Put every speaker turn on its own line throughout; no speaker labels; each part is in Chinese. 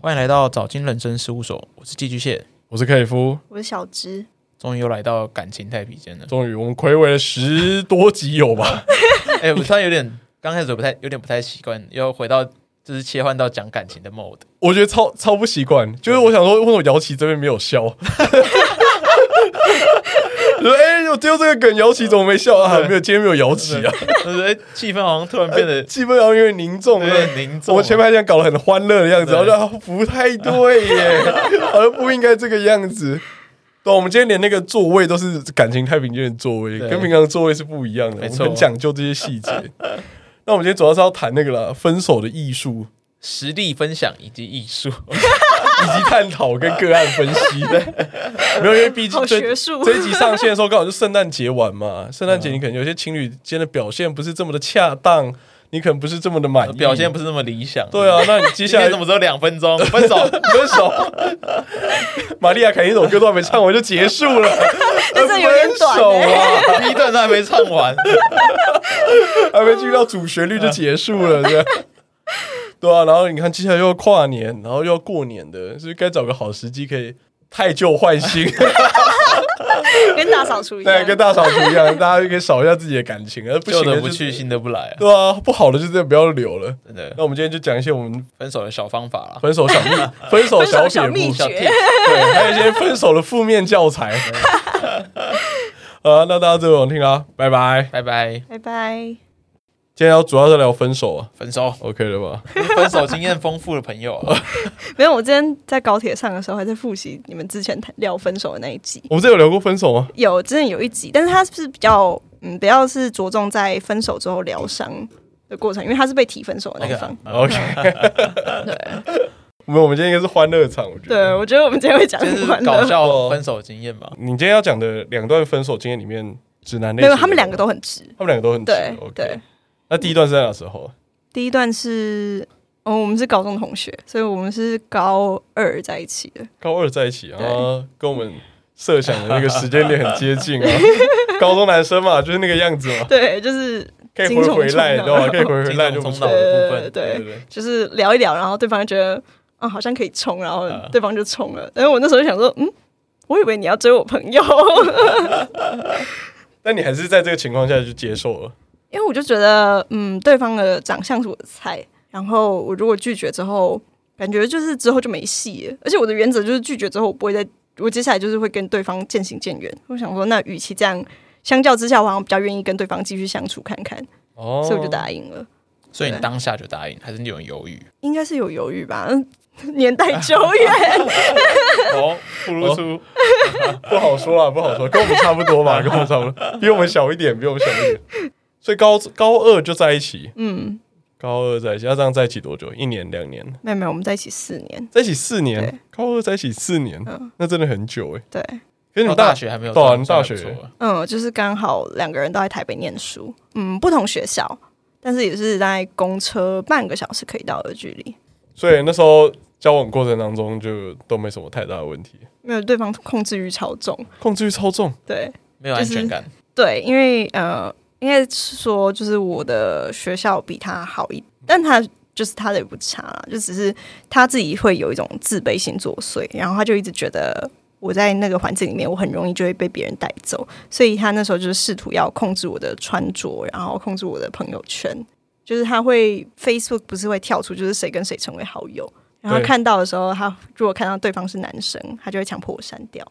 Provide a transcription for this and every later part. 欢迎来到早金人生事务所，我是寄居蟹。
我是克里夫。。
我是小芝，
终于又来到感情太比肩了
终于，我们暌违了十多集有吧？
哎、我突然有点 刚开始不太有点不太习惯，又回到就是切换到讲感情的 mode。
我觉得超超不习惯，就是我想说，为什么姚琦这边没有笑？ 我说哎、我丢这个梗，姚琦怎么没笑啊？没有，今天没有姚琦啊，
就是哎气氛好像突然变得
气氛好像有点凝重
有
了。
点凝重了。
我前面还想搞得很欢乐的样子，
对
然后就啊不太对耶， 好像不应该这个样子。对，我们今天连那个座位都是感情太平间的座位，
对
跟平常座位是不一样的，
没
我
错
们很讲究这些细节。 那我们今天主要是要谈那个啦，分手的艺术，
实力分享以及艺术，
以及探讨跟个案分 析。没有，因为毕竟
好
这
学术
这一集上线的时 候刚好就圣诞节晚嘛，圣诞节你可能有些情侣间的表现不是这么的恰当，你可能不是这么的满意，
呃表现不是那么理想。
对啊。那你
接
接
下
下来
来嗯怎么只有两分钟？ 分手。
分手。玛利亚凯一首歌都还没唱完就结束 了，
但是有点短
分
欸
手啊，
第一段都还没唱完，
还没进入到主旋律就结束 了，这样。对啊，然后你看，接下来又要跨年，然后又要过年的，是不是该找个好时机可以太旧换 新，
跟大扫除一
对，
样。
跟大扫除一样，大家就可以扫一下自己的感情，而不
旧
行
的
的
不
就
去，新的不来啊。
对啊，不好的就真的不要留了。
真的
那，我们今天就讲一些我们
分手的小方法啦。
分 手小秘，分手小
分手小
撇
秘
步
诀，
小 tip，
对，还有一些分手的负面教材。啊，那大家就有听啦，拜拜。
拜拜。
拜拜。
今天要主要是聊分手啊
分手，
，OK 了吧？
分手经验丰富的朋友 啊。
没有，我今天在高铁上的时候还在复习你们之前谈聊分手的那一集。
我们这有聊过分手吗？
有，真的有一集，但是它是比较嗯，比较是着重在分手之后疗伤的过程，因为他是被提分手的那一方。
OK，没有，我们今天应该是欢乐场，我觉得。
对，我觉得我们今天会讲
就
很
是
欢
搞
乐。
笑分手经验嘛。
你今天要讲的两段分手经验里面，直男类
没有，
型的
他们两个，都很直。
他们两个都很直
对
嗯 OK
对，
那第一段是在哪时候？
第一段是，哦，我们是高中同学，所以我们是高二在一起的。
高二在一起啊
对，
跟我们设想的那个时间点很接近 啊。高中男生嘛，就是那个样子嘛，
对，就是
可以回回赖，
精
对
虫充
吧？
脑
可 以回回赖就
精
不
虫
错
充脑。的部分，
对
对对，
就是聊一聊，然后对方就觉得啊，好像可以冲，然后
嗯
对方就冲了。但是我那时候就想说，嗯，我以为你要追我朋友，
但你还是在这个情况下就接受了。
因为我就觉得，嗯，对方的长相是我的菜，然后我如果拒绝之后，感觉就是之后就没戏了。而且我的原则就是拒绝之后，我不会再，我接下来就是会跟对方渐行渐远。我想说，那与其这样。相较之下，我好像比较愿意跟对方继续相处看看，
哦
所以我就答应了。
所以你当下就答应，还是你有犹豫？
应该是有犹豫吧， 嗯年代久远，
哦，不
如
出。
不好说啦，不好说，跟我们差不多 吧，跟我们差不多，比我们小一点，比我们小一点。所以高高二就在一起，
嗯，
高二在一起，要这样在一起多久？一年、两年，
没有没有，我们在一起四年，
在一起四年
对，
高二在一起四年，
嗯
那真的很久哎。
对，
可
到
是你们
哦大学还没有
对啊
算
你
算还
大
不
学
错啊，
嗯，就是刚好两个人都在台北念书，嗯，不同学校，但是也是在公车半个小时可以到的距离。
所以那时候交往过程当中就都没什么太大的问题，
没有对方控制欲超重，
控制欲超重，
对
没有安全感。
对，因为呃，应该是说就是我的学校比他好一，但他就是他的也不差啦，就只是他自己会有一种自卑心作祟，然后他就一直觉得。我在那个环境里面，我很容易就会被别人带走，所以他那时候就是试图要控制我的穿着，然后控制我的朋友圈，就是他会 Facebook 不是会跳出就是谁跟谁成为好友，然后
对
看到的时候，他如果看到对方是男生，他就会强迫我删掉。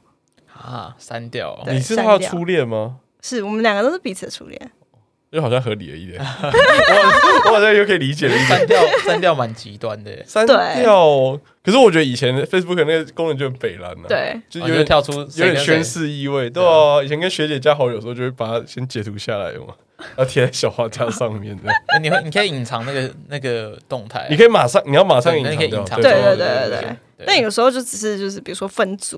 啊，删掉哦。
对
你是他
删
的
掉
初恋吗？
是我们两个都是彼此的初恋，
又好像合理了 一点，我我好像又可以理解了一点。
删掉， 删掉蛮极端的耶。
删
对
掉，哦可是我觉得以前 Facebook 那个功能就很北蓝了、，
对，
就
哦
有
就
点、
跳出谁
有点
跟谁
宣誓意味，对啊。以前跟学姐加好友的时候，就会把它先截图下来 嘛，然后贴在小画架上面的。
哎你会你可以隐藏那个那个动态啊，
你可以马上，你要马上
对
隐
那你可以隐
藏
藏
掉，
对对对对
对
但有时候就只是就是比如说分组，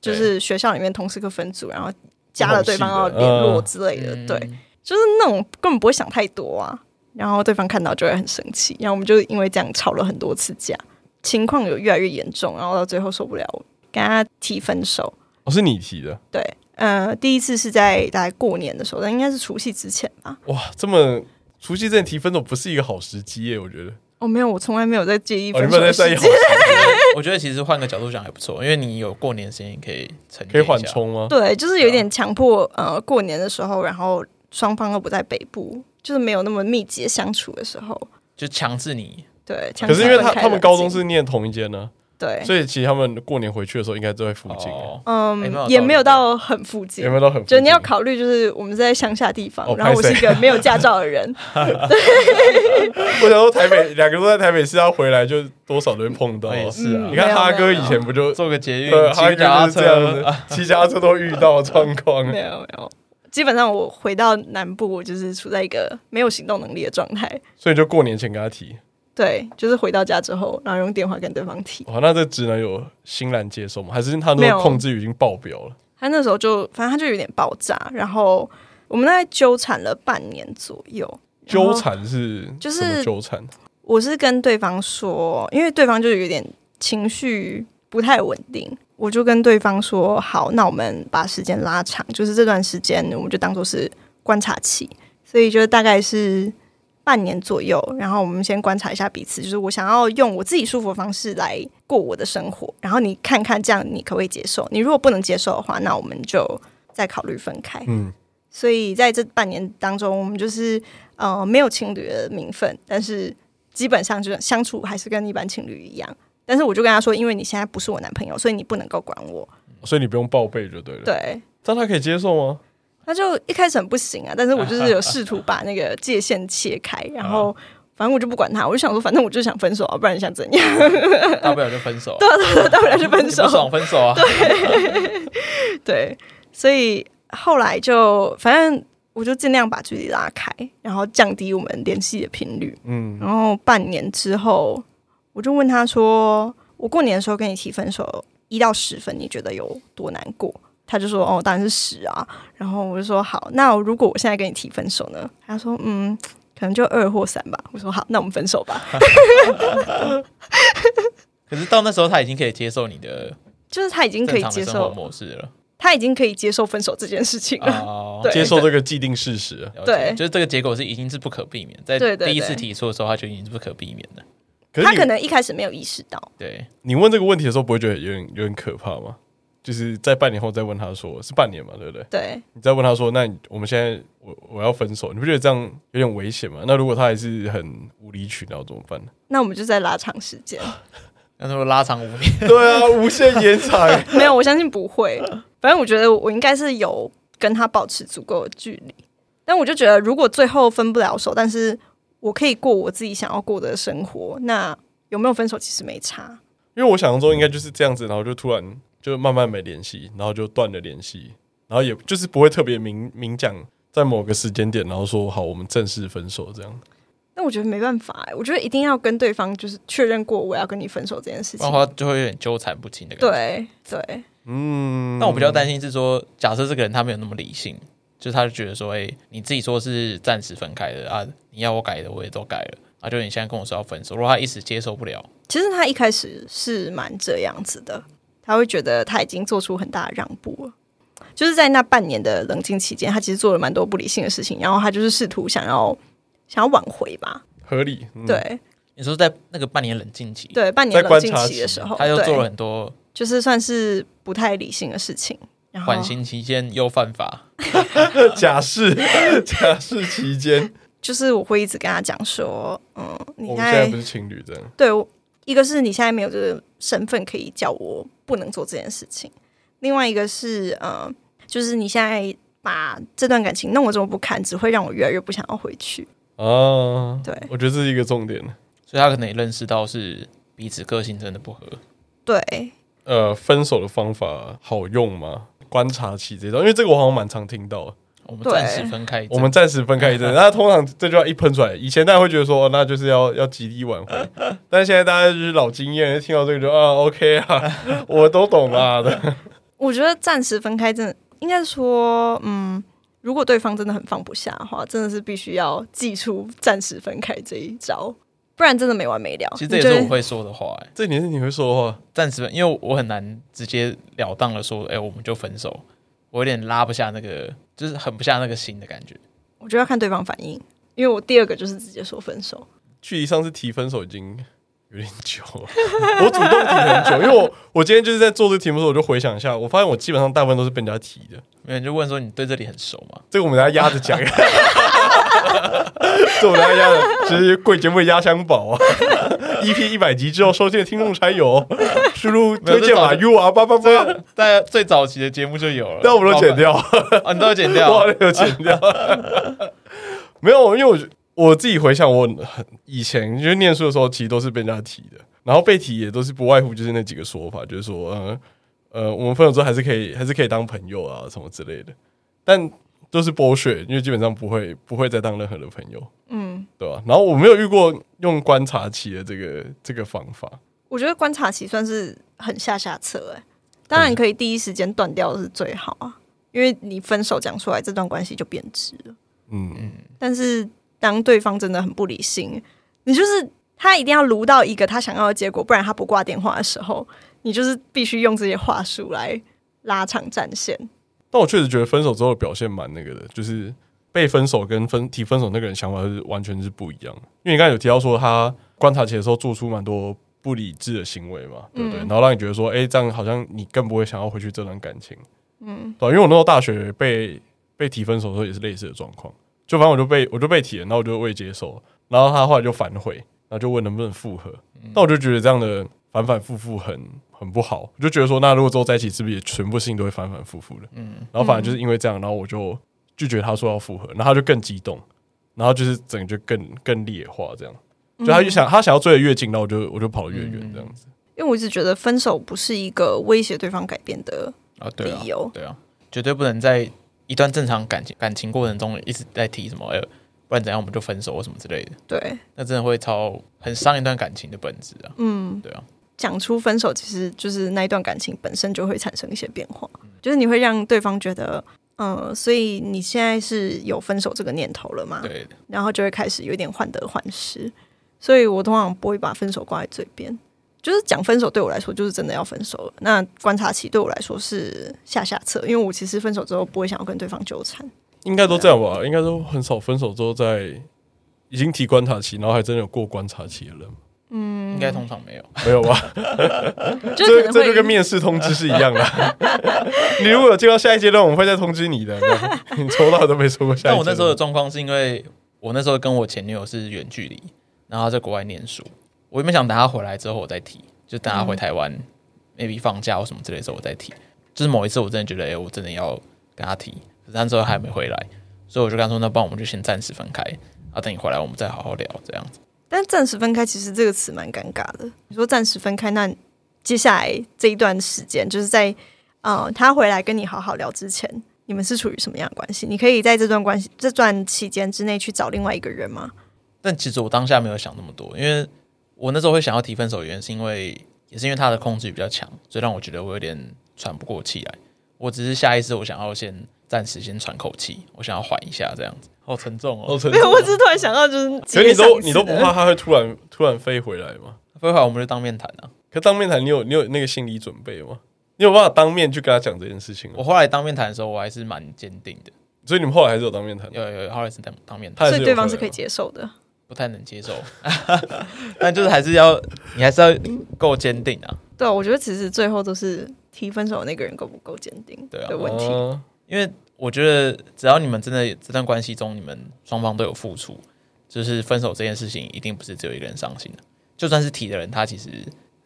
对
就是学校里面同事个分组，然后加了对方要联络之类的，
嗯
对，就是那种根本不会想太多啊。然后对方看到就会很生气，然后我们就因为这样吵了很多次架，情况有越来越严重，然后到最后受不了，跟他提分手。
哦，是你提的，
对，呃，第一次是在大概过年的时候，但应该是除夕之前吧。
哇，这么除夕之前提分手不是一个好时机耶，我觉得。
哦，没有，我从来没有在介意
哦，你没
分手
有在在
的
意
时
好时
间
机，
我我觉得其实换个角度讲还不错，因为你有过年时间可以沉淀
可以
一下
缓，冲吗？
对，就是有点
啊
强迫呃，过年的时候，然后双方都不在北部，就是没有那么密集的相处的时候，
就强制你
对。强
可是因为
制分
他
开
他们
冷
高中
静
是念同一间呢，
对，
所以其实他们过年回去的时候应该都在附近，啊
哦，
嗯，
哎蛮有
也
道理
没有
的
到很附近
有没。有都很附近？
就你要考虑，就是我们是在乡下地方，
哦
然后我
拍
是
谁
一个没有驾照 的人，
我想说台北两个都在台北市，要回来就多少都会碰到
我。 也是啊
你，看哈
没有
哥
没有
以前不就
做个捷运，
呃，哈
骑
哥
脚踏
就是这样
车，
子，骑脚踏车都遇到状况。
没有没有。基本上我回到南部，我就是处在一个没有行动能力的状态。
所以就过年前跟他提。
对，就是回到家之后，然后用电话跟对方提。
哇，哦那这直男有欣然接受吗？还是他
没
那
有
个控制欲已经爆表了？
他那时候就，反正他就有点爆炸，然后我们大概纠缠了半年左右。然后
纠缠是
就是哎
什么纠缠，
我是跟对方说，因为对方就是有点情绪不太稳定，我就跟对方说，好，那我们把时间拉长，就是这段时间我们就当做是观察期，所以就大概是半年左右，然后我们先观察一下彼此，就是我想要用我自己舒服的方式来过我的生活，然后你看看这样你可不可以接受，你如果不能接受的话，那我们就再考虑分开。
嗯，
所以在这半年当中，我们就是呃没有情侣的名分，但是基本上就是相处还是跟一般情侣一样。但是我就跟他说，因为你现在不是我男朋友，所以你不能够管我。
所以你不用报备就对了。，
对，
但他可以接受吗？
他就一开始很不行啊，但是我就是有试图把那个界限切开，然后反正我就不管他，我就想说，反正我就想分手啊，不然你想怎样？
大不了就分手，
大不了就分
你
手
不。爽分手啊，
对，所以后来就反正我就尽量把距离拉开，然后降低我们联系的频率。
嗯，
然后半年之后，我就问他说：“我过年的时候跟你提分手，一到十分，你觉得有多难过？”他就说：“哦，当然是十啊。”然后我就说：“好，那如果我现在跟你提分手呢？”他说：“嗯，可能就二或三吧。”我说：“好，那我们分手吧。
可是到那时候他已经可以接受你的”
就是他已经可
正
以
常
接
的生活
受，
模式 了
他已经可以接受分手这件事情了。
哦
啊
对
接受这个既定事实。啊
了解
对
就是这个结果是已经是不可避免，在
对对
第一次
对
提出的时候，他就已经是不可避免的。
可
他
是
可
你
能一开始没有意识到，
对，
你问这个问题的时候，不会觉得有点有点可怕吗？就是在半年后再问他说，是半年嘛，对不对？
对，
你再问他说，那你我们现在我我要分手，你不觉得这样有点危险吗？那如果他还是很无理取闹怎么办？
那我们就再拉长时间。
那时候拉长五年，
对啊，无限延长。
没有，我相信不会。反正我觉得我应该是有跟他保持足够的距离，但我就觉得如果最后分不了手，但是我可以过我自己想要过的生活，那有没有分手其实没差。
因为我想象中应该就是这样子，然后就突然就慢慢没联系，然后就断了联系，然后也就是不会特别明明讲在某个时间点，然后说好我们正式分手这样。
但我觉得没办法、欸，我觉得一定要跟对方就是确认过我要跟你分手这件事
不然
情
的。话就会有点纠缠不清的感觉。
对对，
嗯，
那我比较担心是说，假设这个人他没有那么理性，就是他就觉得说，哎、你自己说是暂时分开的啊，你要我改的我也都改了，啊，就你现在跟我说要分手，如果他一时接受不了，
其实他一开始是蛮这样子的，他会觉得他已经做出很大的让步了。就是在那半年的冷静期间，他其实做了蛮多不理性的事情，然后他就是试图想要想要挽回吧。
合理。嗯、，
对
你说在那个半年冷静期，
对，半年
在
冷
观
静
察
期的
期
时候，
他又做了
对，
很多
就是算是不太理性的事情。然后
缓刑期间又犯法，
假释假释期间，
就是我会一直跟他讲说，嗯，你
我
现
们现在
在
不是情侣这样。
对，我一个是你现在没有这个身份可以叫我不能做这件事情，另外一个是呃，就是你现在把这段感情弄得这么不堪，只会让我越来越不想要回去。
啊，
对
我觉得这是一个重点。
所以他可能也认识到是彼此个性真的不合。
对，
呃，分手的方法好用吗？观察期这种，因为这个我好像蛮常听到的。
我们
对
暂时分开一阵，
我们暂时分开一阵，那通常这句话一喷出来，以前大家会觉得说，哦、那就是要要极力 挽回，但现在大家就是老经验，听到这个就啊，OK 啊， 我都懂 啦的。
我觉得暂时分开真的应该说，嗯，如果对方真的很放不下的话，真的是必须要祭出暂时分开这一招，不然真的没完没了。
其实这也
你就是会
我会说的话、哎，
这年是你会说的话，
暂时分，因为我很难直截了当的说，哎、我们就分手，我有点拉不下那个，就是很不下那个心的感觉。
我觉得要看对方反应，因为我第二个就是直接说分手。
距离上次提分手已经有点久了，我主动提很久，因为我我今天就是在做这个题目的时候，我就回想一下，我发现我基本上大部分都是被人家提的，
没有人就问说你对这里很熟 吗？
这个我们等一下压着讲，这我们等一下压着，其实贵节目的压箱宝啊，EP 一百集之后收听的听众才有，输入推荐码 U R 八八八，
大家最早期的节目就有了，
那我们都剪掉，
啊、哦，你都有剪
我
掉
好，像有剪掉，没有，因为我我自己回想，我很以前就是念书的时候，其实都是被人家提的，然后被提也都是不外乎就是那几个说法，就是说，呃呃，我们分手之后还是可以， 还是可以当朋友啊，什么之类的，但都是剥削，因为基本上不会不会再当任何的朋友，
嗯，
对吧、然后我没有遇过用观察期的这个这个方法，
我觉得观察期算是很下下策哎、当然你可以第一时间断掉是最好啊，因为你分手讲出来，这段关系就变质了。
嗯，
但是当对方真的很不理性，你就是他一定要撸到一个他想要的结果，不然他不挂电话的时候，你就是必须用这些话术来拉长战线。
但我确实觉得分手之后的表现蛮那个的，就是被分手跟分提分手那个人想法是完全是不一样的。因为你刚才有提到说他观察期的时候做出蛮多不理智的行为嘛，对不对？然后让你觉得说，哎、这样好像你更不会想要回去这段感情，嗯，对吧、因为我那时候大学被被提分手的时候也是类似的状况，就反正我就被我就被提了，然后我就未接受了，然后他后来就反悔，然后就问能不能复合，但我就觉得这样的反反复复很。很不好，我就觉得说，那如果之后在一起，是不是也全部事情都会反反复复的？然后反正
嗯
就是因为这样，然后我就拒绝他说要复合，然后他就更激动，然后就是整个就更更劣化这样。就他
嗯
就想、他想要追的越近，那我就我就跑得越远这样子。
因为我一直觉得分手不是一个威胁对方改变的，
啊，对啊
理由，
对啊，绝对不能在一段正常感情感情过程中一直在提什么，哎、不然怎样我们就分手或什么之类的，
对，
那真的会超很伤一段感情的本质啊。
嗯，
对啊，
讲出分手，其实就是那一段感情本身就会产生一些变化，就是你会让对方觉得，嗯，所以你现在是有分手这个念头了吗？
对，
然后就会开始有点患得患失，所以我通常不会把分手挂在嘴边。就是讲分手对我来说，就是真的要分手了。那观察期对我来说是下下策，因为我其实分手之后不会想要跟对方纠缠。
应该都这样
啊
吧？应该都很少分手之后在已经提观察期，然后还真的有过观察期的人，
应该通常没有。
没有吧？
就
这
可能
嗯这就跟
会
面试通知是一样的。 你如果有进到下一阶段，我们会再通知你的。你抽到都没抽过下一阶段。
但我那时候的状况是因为我那时候跟我前女友是远距离，然后她在国外念书，我原本想等她回来之后我再提，就等她回台湾、m a y b e 放假或什么之类的时候我再提。就是某一次我真的觉得，哎、我真的要跟她提，可是她之后还没回来，所以我就跟她说，那不然我们就先暂时分开，啊，等你回来我们再好好聊这样子。
但暂时分开，其实这个词蛮尴尬的。你说暂时分开，那接下来这一段时间，就是在呃他回来跟你好好聊之前，你们是处于什么样的关系？你可以在这段关系这段期间之内去找另外一个人 吗？
但其实我当下没有想那么多，因为我那时候会想要提分手，的原因是因为也是因为他的控制欲比较强，所以让我觉得我有点喘不过气来。我只是下意识，我想要先暂时先喘口气，我想要缓一下，这样子。好沉重
哦，
哦！
真的
对，我只是突然想到，就是
可是你
上
都
一次
你都不
的
怕他会突然突然飞回来吗？
废话，我们就当面谈啊。
可当面谈，你有你有那个心理准备吗？你有办法当面去跟他讲这件事情
我
吗？
后来当面谈的时候，我还是蛮坚定的。
所以你们后来还是有当面谈，
有有有，后来是当当面谈，
他还
所以
有
对方是
回
可
来
以
吗。
接受的。
不太能接受， 但就是还是要你还是要够坚定啊。
对啊，我觉得其实最后都是提分手的那个人够不够坚定
对啊
的问题。
啊
因为我觉得只要你们真的这段关系中，你们双方都有付出，就是分手这件事情一定不是只有一个人伤心的。就算是提的人，他其实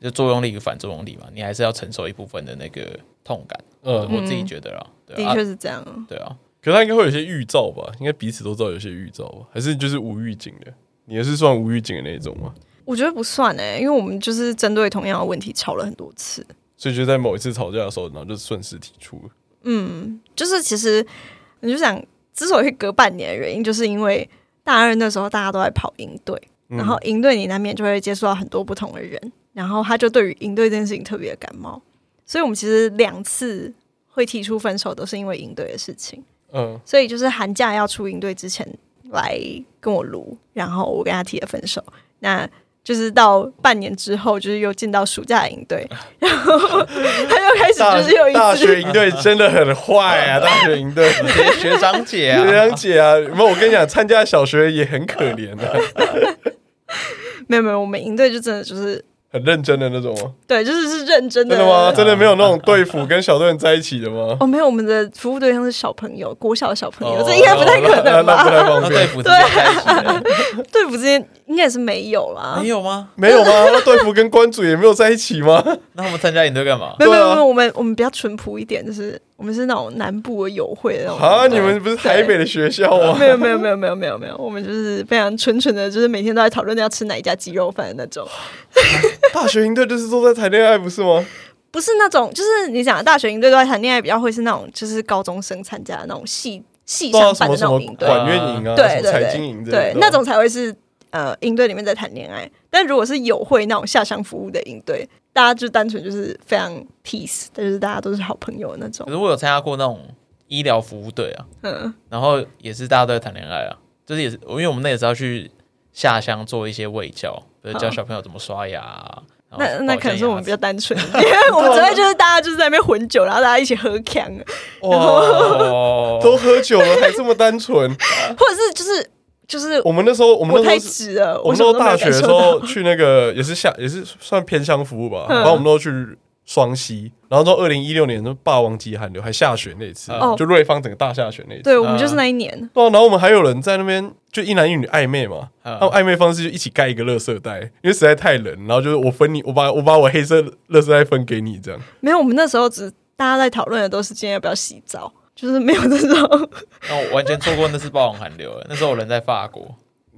就作用力与反作用力嘛，你还是要承受一部分的那个痛感。
嗯
我自己觉得啦，对
的
啊，
确是这样，
对啊，
可是他应该会有一些预兆吧？应该彼此都知道有些预兆吧？还是就是无预警的？你也是算无预警的那一种吗？
我觉得不算哎、因为我们就是针对同样的问题吵了很多次。
所以就在某一次吵架的时候，然后就顺势提出了。
就是其实你就想，之所以会隔半年的原因，就是因为大二那时候大家都在跑营队，
嗯
然后营队你难免就会接触到很多不同的人，然后他就对于营队这件事情特别的感冒，所以我们其实两次会提出分手，都是因为营队的事情。
嗯，
所以就是寒假要出营队之前来跟我撸，然后我跟他提了分手。那就是到半年之后，就是又进到暑假营队，然后 他又开始
大
就是有一
大
次，
学营队真的很坏啊！大学 营队，
学学长姐
学
啊，
长姐啊，没有我跟你讲，参加小学也很可怜的、啊
没有没有，我们营队就真的就是
很认真的那种吗？
对，就是是认真的。
真的吗？真的没有那种队服跟小队员在一起的吗？
哦，没有，我们的服务对象是小朋友，国小的小朋友，
哦
这应该不太可
那
能
那不
吧？
太
那
方
队
便。
服直接在一起 了，
队伍之间应该也是没有啦
没。有吗？
没有吗？那队服跟关主也没有在一起 吗？
那他们参加营队干嘛？
没有没有
对啊
没有，我们我们比较淳朴一点，就是我们是那种南部的友会的那种。
啊，你们不是台北的学校吗？
没有没有没有没有没有没有，我们就是非常纯纯的，就是每天都在讨论要吃哪一家鸡肉饭的那种，
大学营队就是都在谈恋爱，不是吗？
不是那种就是你讲的大学营队都在谈恋爱，比较会是那种就是高中生参加的那种系系
不知道什
上办
么
的
什
那
么
种营队，
管乐营啊，
对
什么
对
财
对
经营之类的
对，那种才会是呃营队里面在谈恋爱。但如果是友会那种下乡服务的营队，大家就单纯就是非常 peace，但就是大家都是好朋友的那种
可。是我有参加过那种医疗服务队啊，
嗯，
然后也是大家都在谈恋爱啊，就是也是因为我们那个时候要去下乡做一些卫教，就是教
嗯
小朋友怎么刷牙啊。然后
那那
保健
可能是我们比
牙
较单 纯，因为我们
啊
只会就是大家就是在那边混酒，然后大家一起喝 can，
哇，
哦，
都喝酒了还这么单 纯。
或者是就是就是
我们那时候，我们
我
那
太
时候是。
直了，
我们
什
那时
么
候
都没有
大学的
感
时
受到
候去那个也是下也是算偏乡服务吧，
嗯
然后我们都去双溪，然后到二零一六年的霸王级寒流还下雪那次
哦，
就瑞芳整个大下雪那次。
对我们就是那一年，
对啊，然后我们还有人在那边就一男一女暧昧嘛，
嗯
然后暧昧方式就一起盖一个垃圾袋，因为实在太冷，然后就是我分你，我把我把我黑色垃圾袋分给你这样。
没有我们那时候只大家在讨论的都是今天要不要洗澡，就是没有这种
那我完全错过那次霸王寒流 了。那时候我人在法国，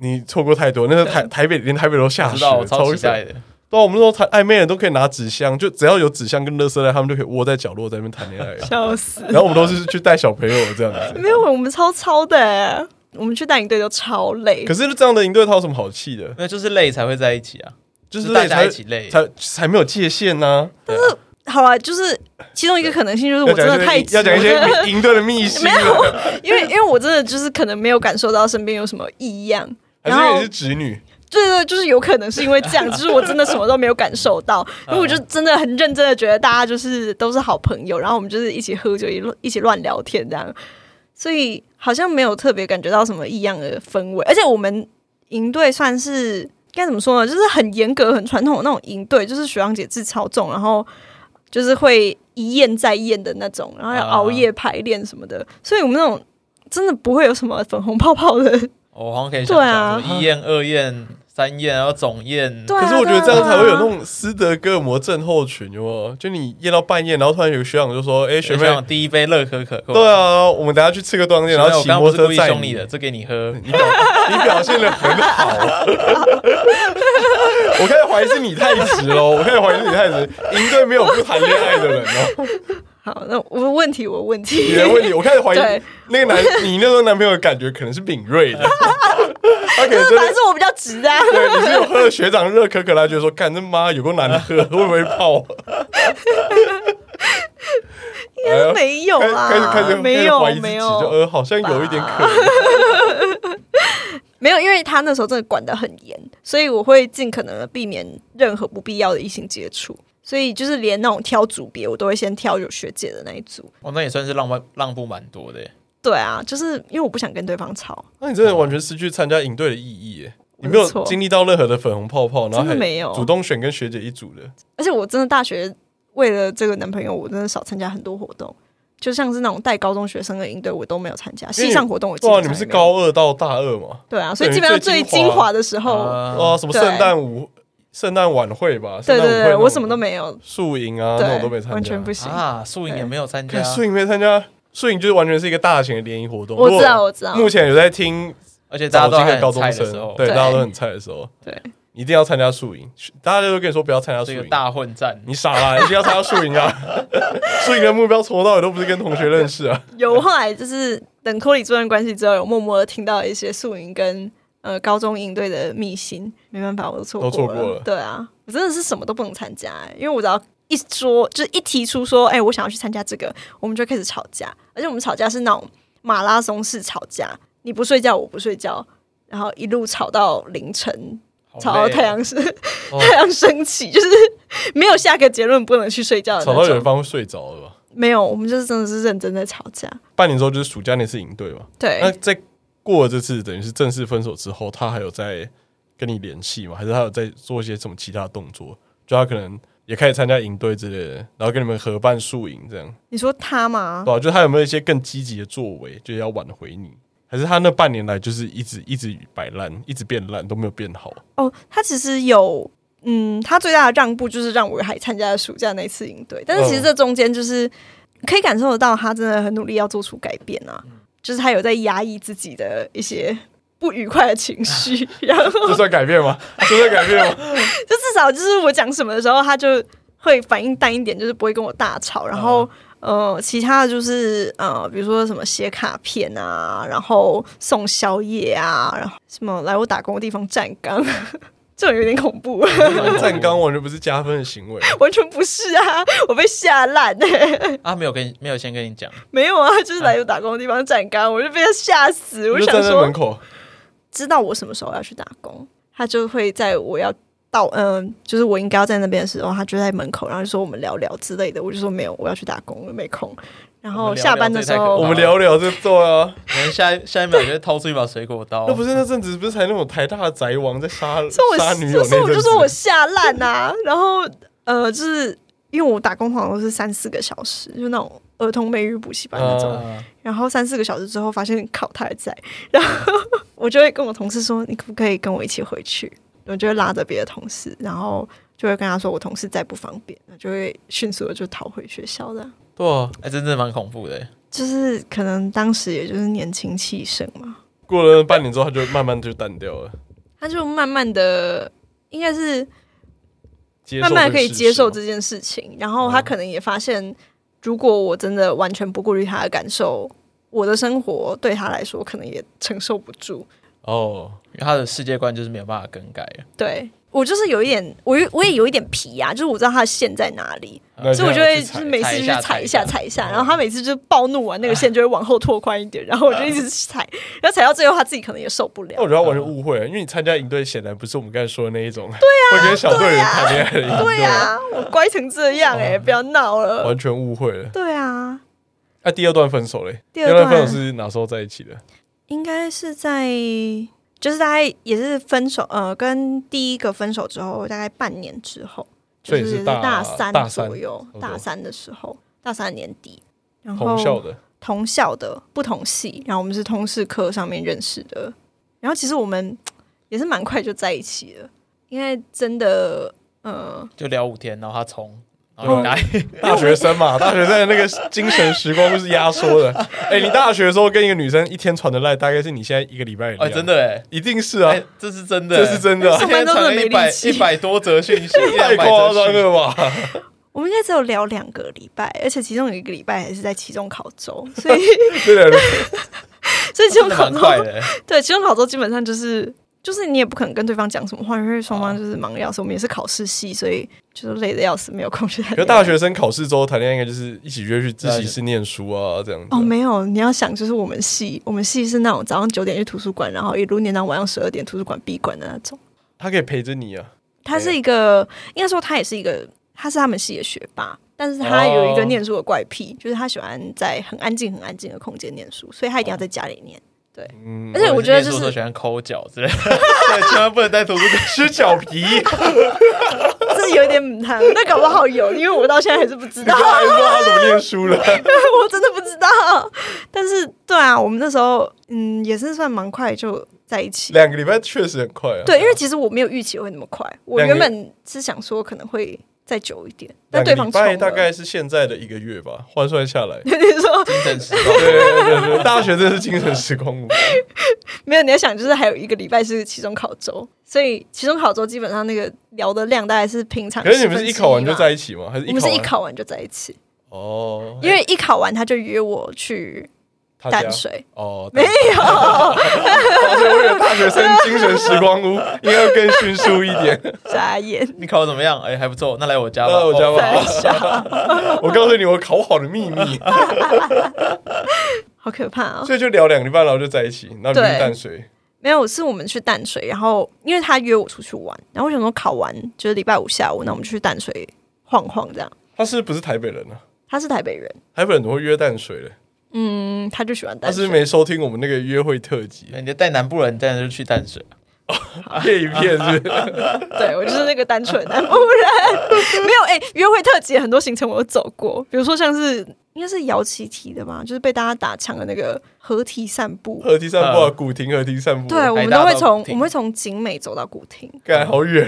你错过太多，那个台台北连台北都下
我知
雪，
啊道我超期
级冷
待的。
对啊，我们那时候谈暧昧的都可以拿纸箱，就只要有纸箱跟垃圾袋，他们就可以窝在角落在那边谈 恋爱。
笑死。
然后我们都是去带小朋友这样子。
没有，我们超超的、欸，我们去带营队都超累
可。是这样的营队他有什么好气的？
没有，就是累才会在一起啊，
就是
大
累
家
才
一起累。
才才没有界限呐、
好啊，就是其中一个可能性就是
要
我真
讲一
的
些
太
要讲一
急了
些营队的秘辛
没
啊，
有，因为因为我真的就是可能没有感受到身边有什么异样，
还
然
是因为
后
你是直女？
对对，就是有可能是因为这 样，就是我真的什么都没有感受到，因为我就真的很认真的觉得大家就是都是好朋友，然后我们就是一起喝酒，一路一起乱聊天这样，所以好像没有特别感觉到什么异样的氛围，而且我们营队算是该怎么说呢，就是很严格、很传统的那种营队，就是学长姐制超重，然后就是会一验再验的那种，然后要
啊
熬夜排练什么的，所以我们那种真的不会有什么粉红泡泡的，
哦我好像可以想
对啊
象，什么一验、二验、三验，然后总验。
对啊
可是我觉得这
对啊
样才会有那种斯德哥尔摩症候群，有没有？就你夜到半夜，然后突然有个学长就说：“哎、
学
学妹，
长第一杯乐可可口。
对啊，我们等下去吃个东西，
学妹，
然后
我
骑
刚刚
摩
不是
托
故
车
意
载
凶你的，这给你喝。
你表你表现的很好、 我开始怀疑是你太直喽，我开始怀疑是你太直。营队没有不谈恋爱的人哦，
好，那我问题我问题，
你 的问题，我开始怀疑
对
那个男，你那时候男朋友的感觉可能是敏锐 的，他可能真
反正
的。
是我比较直的、啊。
对，你是有喝了学长热可可，他觉得说，干这妈有够难喝，会不会泡？
应该是没有
哎开
啦，
开始开始
没有
开始怀疑自己
没
就
有
呃，好像有一点可能。
没有，因为他那时候真的管得很严，所以我会尽可能的避免任何不必要的异性接触。所以就是连那种挑组别，我都会先挑有学姐的那一组。
哦，那也算是让步让步蛮多的耶。
对啊，就是因为我不想跟对方吵，
那你真的完全失去参加营队的意义耶！你
没
没有
错
经历到任何的粉红泡泡，然后
真的
还
没有
主动选跟学姐一组的，
而且我真的大学为了这个男朋友，我真的少参加很多活动，就像是那种带高中学生的营队，我都没有参加。
因为
系上活动我基
对啊，
本上
你们是
也没有
高二到大二嘛？
对啊，所以
等于
基本上
最
最
精华
精华的时候，
啊，
啊，什么圣诞舞、圣诞晚会吧？
嗯对对
圣诞舞会
对，
那种
我什么都没有，
宿营啊，那
对
种都没，参加，
完全不行。
啊，素营也没有参加
看。宿营没参加，宿营就是完全是一个大型的联谊活动。
我知
如
道，
果
我知道，
目前有在听
而且大
早
家都
期
还
的
很
高中
菜的时
生
候，，
对，
对
大家都很菜的时候，
对。
一定要参加宿营，大家都跟你说不要参加宿
这
营
个，大混战。
你傻啦，一定要参加宿营啊！ 宿营的目标从头到尾都不是跟同学认识啊。
有后来就是等科里做完关系之后，有默默的听到一些宿营跟呃高中营队的秘辛，没办法，我都错过
都错过了
对啊，我真的是什么都不能参加、欸因为我只要一说，就是一提出说，哎、我想要去参加这个，我们就开始吵架，而且我们吵架是那种马拉松式吵架，你不睡觉，我不睡觉。然后一路吵到凌晨，
好
吵到
累哦
太阳升、
哦
太阳升起，就是没有下个结论，不能去睡觉的
吵
那
到有
种
人。方会睡着了吧？
没有，我们就是真的是认真在吵架。
半年之后就是暑假那次营队嘛。
对，
那在过了这次等于是正式分手之后，他还有在跟你联系吗？还是他有在做一些什么其他动作？就他可能也开始参加营队之类的，然后跟你们合办宿营这样，
你说他吗
对？吧、啊就他有没有一些更积极的作为，就是要挽回你，还是他那半年来就是一直一直摆烂，一直变烂都没有变好？
哦，他其实有，嗯，他最大的让步就是让我还参加了暑假那次营队，但是其实
嗯
这中间就是可以感受得到，他真的很努力要做出改变啊，就是他有在压抑自己的一些不愉快的情绪，然后
这算改变吗？这算改变 吗？
就至少就是我讲什么的时候，他就会反应淡一点，就是不会跟我大吵。然后、
嗯
呃，其他的就是呃，比如说什么写卡片啊，然后送宵夜啊，然后什么来我打工的地方站岗， 这种有点恐怖，
站岗完全不是加分的行为。
完全不是啊， 我被吓烂 哎、
啊，没有跟你没有先跟你讲，
没有啊，就是来我打工的地方站岗，我就被他吓死。我
你就
想
站在
说
门，口，
知道我什么时候要去打工，他就会在我要到嗯、就是我应该要在那边的时候，他就在门口，然后就说我们聊聊之类的。我就说没有，我要去打工，我没空。然
我
后
们聊聊
下班的时
这
候
一
我，们聊聊这对啊。
可能下一下一秒就会掏出一把水果刀
那。不是那阵子不是才那种台大的宅王在 杀
所以
杀
我
女友
就
那阵
说我
子？
就说我下烂啊。然后呃，就是因为我打工通常都是三四个小时，就那种儿童美语补习班那种。
啊
嗯
然后三四个小时之后发现考他还在，然后我就会跟我同事说：“你可不可以跟我一起回去？”我就会拉着别的同事，然后就会跟他说：“我同事在不方便。”就会迅速的就逃回学校的。
对啊，
哎、真的蛮恐怖的。
就是可能当时也就是年轻气盛嘛，
过了半年之后，他就慢慢就淡掉了，
他就慢慢的应该是
接受
慢慢可以接受
这个事
这件事情，然后他可能也发现，如果我真的完全不顾虑他的感受，我的生活对他来说可能也承受不住。
实哦。
因为他的世界观就是没有办法更改啊了。
对我就是有一点，我有我也有一点皮啊，就是我知道他的线在哪里，
啊那
所以我就
现在去
会就
踩嗯
是每次
踩一
去
下
踩
踩
一下
一下
踩一下，然后他每次就是暴怒完那个线就会往后拓宽一点，然后我就一直踩，
嗯
然后踩到最后他自己可能也受不
那我觉
了。
得他完全误会了，因为你参加营队显然不是我们刚才说的那一种，嗯 对啊，会跟小队员谈恋爱的营队，
对啊，我乖成这样
哦
哎、不要闹了。
完全误会了。
对啊，
那第二段分手嘞？
第二
段分
段
手是哪时候在一起的？
应该是在就是大概也是分手呃，跟第一个分手之后大概半年之后，就
所以
是
是
也是
大
大三
大三
左右
差不，多
大三的时候，大三年底。然后
同校的，
同校的不同系，然后我们是通识课上面认识的，然后其实我们也是蛮快就在一起了，因为真的，呃，
就聊五天，然后他从，然后你 来，
大学生 嘛，大学生的那个精神时光就是压缩的。哎，你大学的时候跟一个女生一天传的赖，大概是你现在一个礼拜的
哎、
量
真，的哎、
一定是啊
哎、，这是真的、哎
这是真的啊，
今天传了一百一百多则讯息，
太夸张了吧？
我们应该只有聊两个礼拜，而且其中有一个礼拜还是在期中考 周，所以
对 的，
所以期
真
中
的
考
蛮快
周
的、
对期中考周基本上就是就是你也不可能跟对方讲哦什么话，因为双方就是忙得要死，我们也是考试系，所以就是累得要死，没有空去谈
可是
恋爱。
大学生考试之后谈恋爱，应该就是一起约去自习室念书啊，这样子。
哦，没有，你要想，就是我们系，我们系是那种早上九点去图书馆，然后一路念到晚上十二点，图书馆闭馆的那种。
他可以陪着你啊。
他是一个，应该说他也是一个，他是他们系的学霸，但是他有一个
哦
念书的怪癖，就是他喜欢在很安静、很安静的空间念书，所以他一定要在家里念。
哦 嗯
而，且我觉得
念
就
书的时候喜
是
欢抠脚之类的， 对，千万不能在图书馆
吃脚皮，
这有 点母汤，那搞不好有，因为我到现在还是不知
你
道
刚，才说他怎么念书 了？
我真的不知道。但是对啊，我们那时候嗯也是算蛮快就在一起了，
两个礼拜确实很快啊。
对，因为其实我没有预期会那么快，我
两个
原本是想说可能会再久一点，但
两
对
个
方
礼
冲
拜
了。
大概是现在的一个月吧，换算下来。
你说
精神时
对对对对，大学真是精神时光屋。
没有？你要想，就是还有一个礼拜是期中考周，所以期中考周基本上那个聊的量大概是平常10
可
分之
是你们
一吧。
是一考完就在一起吗？还是
我
一
们
考
是一
完？
考完就在一起，
哦，
因为一考完他就约我去
他家
淡水，
哦，
没有，
所以我觉得大学生精神时光屋应该要更迅速一点。
眨眼。
你考得怎么样？哎、还不错，那来我家吧，
那我家
哦
吧，我告诉你，我考好的秘密。
好可怕哦！
所以就聊两个礼拜，然后就在一起，然后你就去淡水。
没有，是我们去淡水，然后因为他约我出去玩，然后我想说考完就是礼拜五下午，那我们去淡水晃晃这样。
他是不是台北人啊？
他是台北人，
台北人怎么会约淡水嘞？
嗯，他就喜欢
他
淡
是
水。
没收听我们那个约会特辑，
哦你就带南部人，这样就去淡水。
骗一骗是不是
对我就是那个单纯 的，不然没有哎、约会特辑很多行程我都走过，比如说像是应该是姚琪提的嘛，就是被大家打枪的那个合体散步。
合体散步啊，古亭合体散步，
对，我们
大家
都会
到
从
古
我
亭
们会从景美走到古亭，
干好远，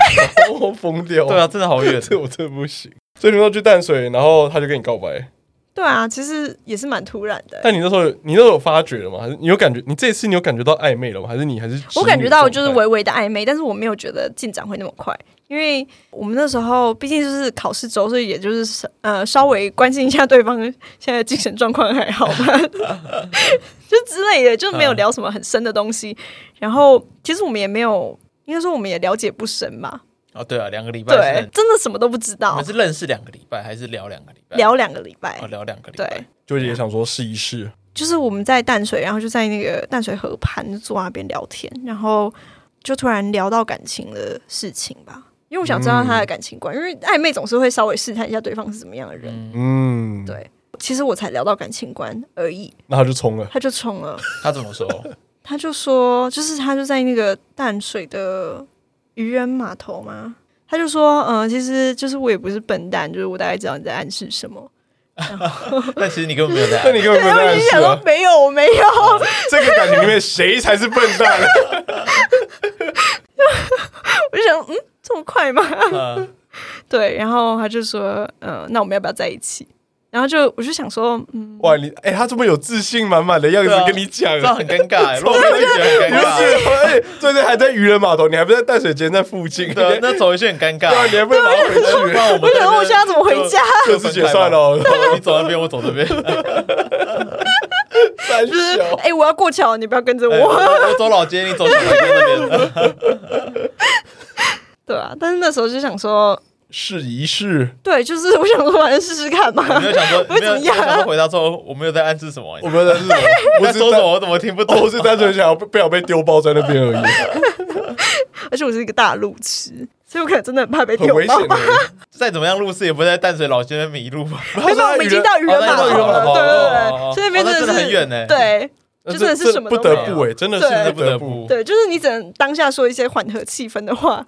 我疯掉。
对啊，，真的好远。
这我真的不行。所以你们要去淡水，然后他就跟你告白，
对啊，其实也是蛮突然的。
但你那时候有你那时候有发觉了吗？还是你有感觉？你这一次你有感觉到暧昧了吗？还是你还是
我感觉到就是
我
微微的暧昧，但是我没有觉得进展会那么快，因为我们那时候毕竟就是考试周，所以也就是呃稍微关心一下对方现在精神状况还好吗， 就之类的，就没
嗯
有聊什么很深的东西。然后其实我们也没有，应该说我们也了解不深嘛，
哦，对啊，两个礼拜是
对
认，，
真的什么都不知
你
道
们，是认识两个礼拜还是聊两个礼拜？
聊两个礼拜
哦，，聊两个礼拜
对。。
就也想说试一试，
就是我们在淡水，然后就在那个淡水河畔就坐那边聊天，然后就突然聊到感情的事情吧，因为我想知道他的感情观，因为暧昧总是会稍微试探一下对方是怎么样的人。
嗯，
对其实我才聊到感情观而已，
那他就冲了，
他就 冲了，
他怎么说？
他就说，就是他就在那个淡水的渔人码头嘛，他就说，嗯、其实就是我也不是笨蛋，就是我大概知道你在暗示什么。
但其实你根本没有在
那你
爱。
根本没有在暗
就
示
想说
啊！
没有，我没有，
这个感情里面谁才是笨蛋？啊
我就想，嗯，这么快吗？
嗯
对，然后他就说，嗯、那我们要不要在一起？然后就我就想说，嗯，
哇，你哎、他这么有自信满满的样子
对啊
跟你讲、
这样很尴尬 欸，如果我自己觉得很
不
尴尬。
是，而且最近还在渔人码头，你还不在淡水街在附近，
对啊，
对
那走一圈很尴尬 啊
啊，。你还不能马上回
不
去，
然我
我
们
想说我现在怎么回 家？
就是解散了。
就？哦你走那边，我走这边。
三
就是
小，
哎、我要过桥，你不要跟着
哎我
我，
我走老街，你走小街那边。
对啊。但是那时候就想说，
试一试，
对，就是我想说，反正试试看嘛。
哎我没有想 说，
不会
没有
怎么样
我想说回答之后，我没有在暗示什么欸
我。们在是什么？
他说
我只
什么
是哦
我怎么听不
单，
懂
我？是单纯想要不不想被丢包在那边而已，
而且我是一个大路痴，所以我可能真的很怕被
很
丢
危
包
险。的。
再怎么样入世，也不会在淡水老街那边迷路 吧？
他说
那我
他
们
渔
已经
人，
到渔人码头了，
哦那
对对
到渔人码头
对，所以那边
哦那
的
真的
是
很远欸
对，
那
就真的
这
是什么
不
都没
得
有。
不哎，真的
对
是
不得 不。
对，就是你只能当下说一些缓和气氛的话，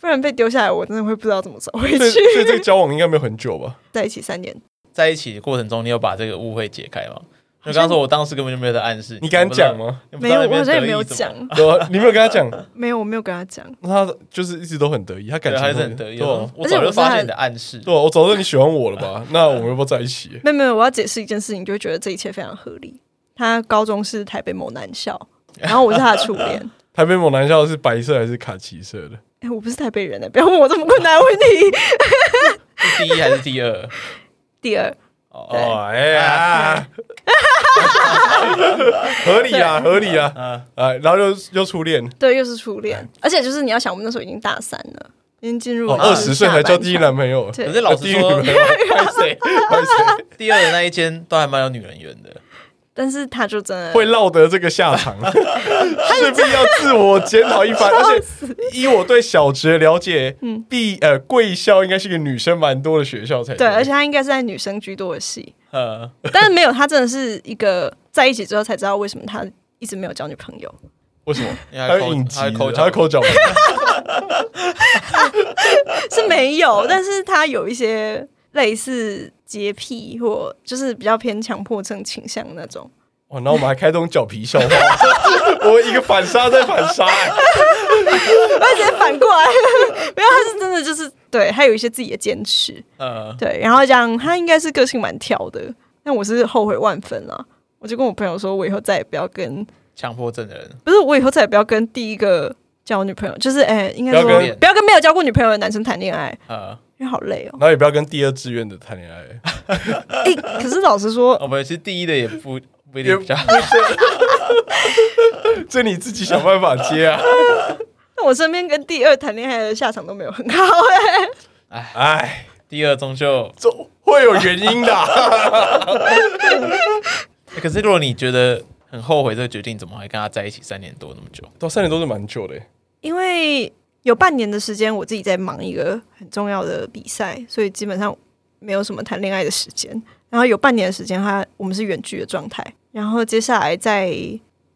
不然被丢下来，我真的会不知道怎么走回
所以
去。
所以这个交往应该没有很久吧？
在一起三年，
在一起的过程中，你有把这个误会解开吗？
好像
就刚刚说，我当时根本就没有在暗示。
你敢讲？ 吗？
你不
没
知道
有，
你不
我好
知道
像
那边得意
也没有
什么
讲，
有啊，你没有跟他讲，
没有，我没有跟他讲。
那他就是一直都很得意，他感
对，
情
还
都
是很得意的。
对啊
我早就发现你的暗示，
对啊，我早知道你喜欢我了吧？那我们要不要在一起？欸
没有没有，我要解释一件事情，就会觉得这一切非常合理。他高中是台北某男校，然后我是他的初恋。
台北某男校是白色还是卡其色的？
哎、我不是台北人的，不要问我这么困难的问题。
是第一还是 第二？
第二，
哦，
哦，哎 呀，合理啊，合理
嗯
啊，啊，然后又又初恋，
对，又是初恋，而且就是你要想，我们那时候已经大三了，已经进入
哦，二十岁才交第一
了。
男朋友，
对
可是老实
第一
说啊
女，
拍谁？
拍谁
第二的那一间都还蛮有女人缘的。
但是他就真的
会落得这个下场，势必要自我检讨一番。而且以我对小职的了解，必呃贵校应该是个女生蛮多的学校才
对，而且他应该是在女生居多的系，
呃，
但是没有，他真的是一个在一起之后才知道为什么他一直没有交女朋友。
为什么？
因为
还
他
有隐疾，
他抠
还
脚
有，抠脚，
呃
是没有，但是他有一些类似洁癖或就是比较偏强迫症倾向那种。
哇，然后我们还开这种脚皮笑话， 我一个反杀再反杀、哎
而且反过来， 没有，他是真的就是对，他有一些自己的坚持，
呃，
对，然后这样他应该是个性蛮挑的，但我是后悔万分啦。我就跟我朋友说，我以后再也不要跟，
强迫症的人，
不是我以后再也不要跟第一个交女朋友，就是哎、应该说
不
要跟
不要跟没有交过女朋友的男生谈恋爱，
呃，
因为好累哦、
然后也不要跟第二志愿的谈恋爱，
哎、可是老实说，
我哦们其实第一的也不不一定比较好。
这你自己想办法接啊！
那我身边跟第二谈恋爱的下场都没有很好哎、
哎，
第二终究，
总会有原因的啊、
欸可是如果你觉得很后悔这个决定，怎么还跟他在一起三年多那么久？
到三年 都是蛮久的、欸
因为有半年的时间我自己在忙一个很重要的比赛，所以基本上没有什么谈恋爱的时间。然后有半年的时间他，我们是远距的状态。然后接下来在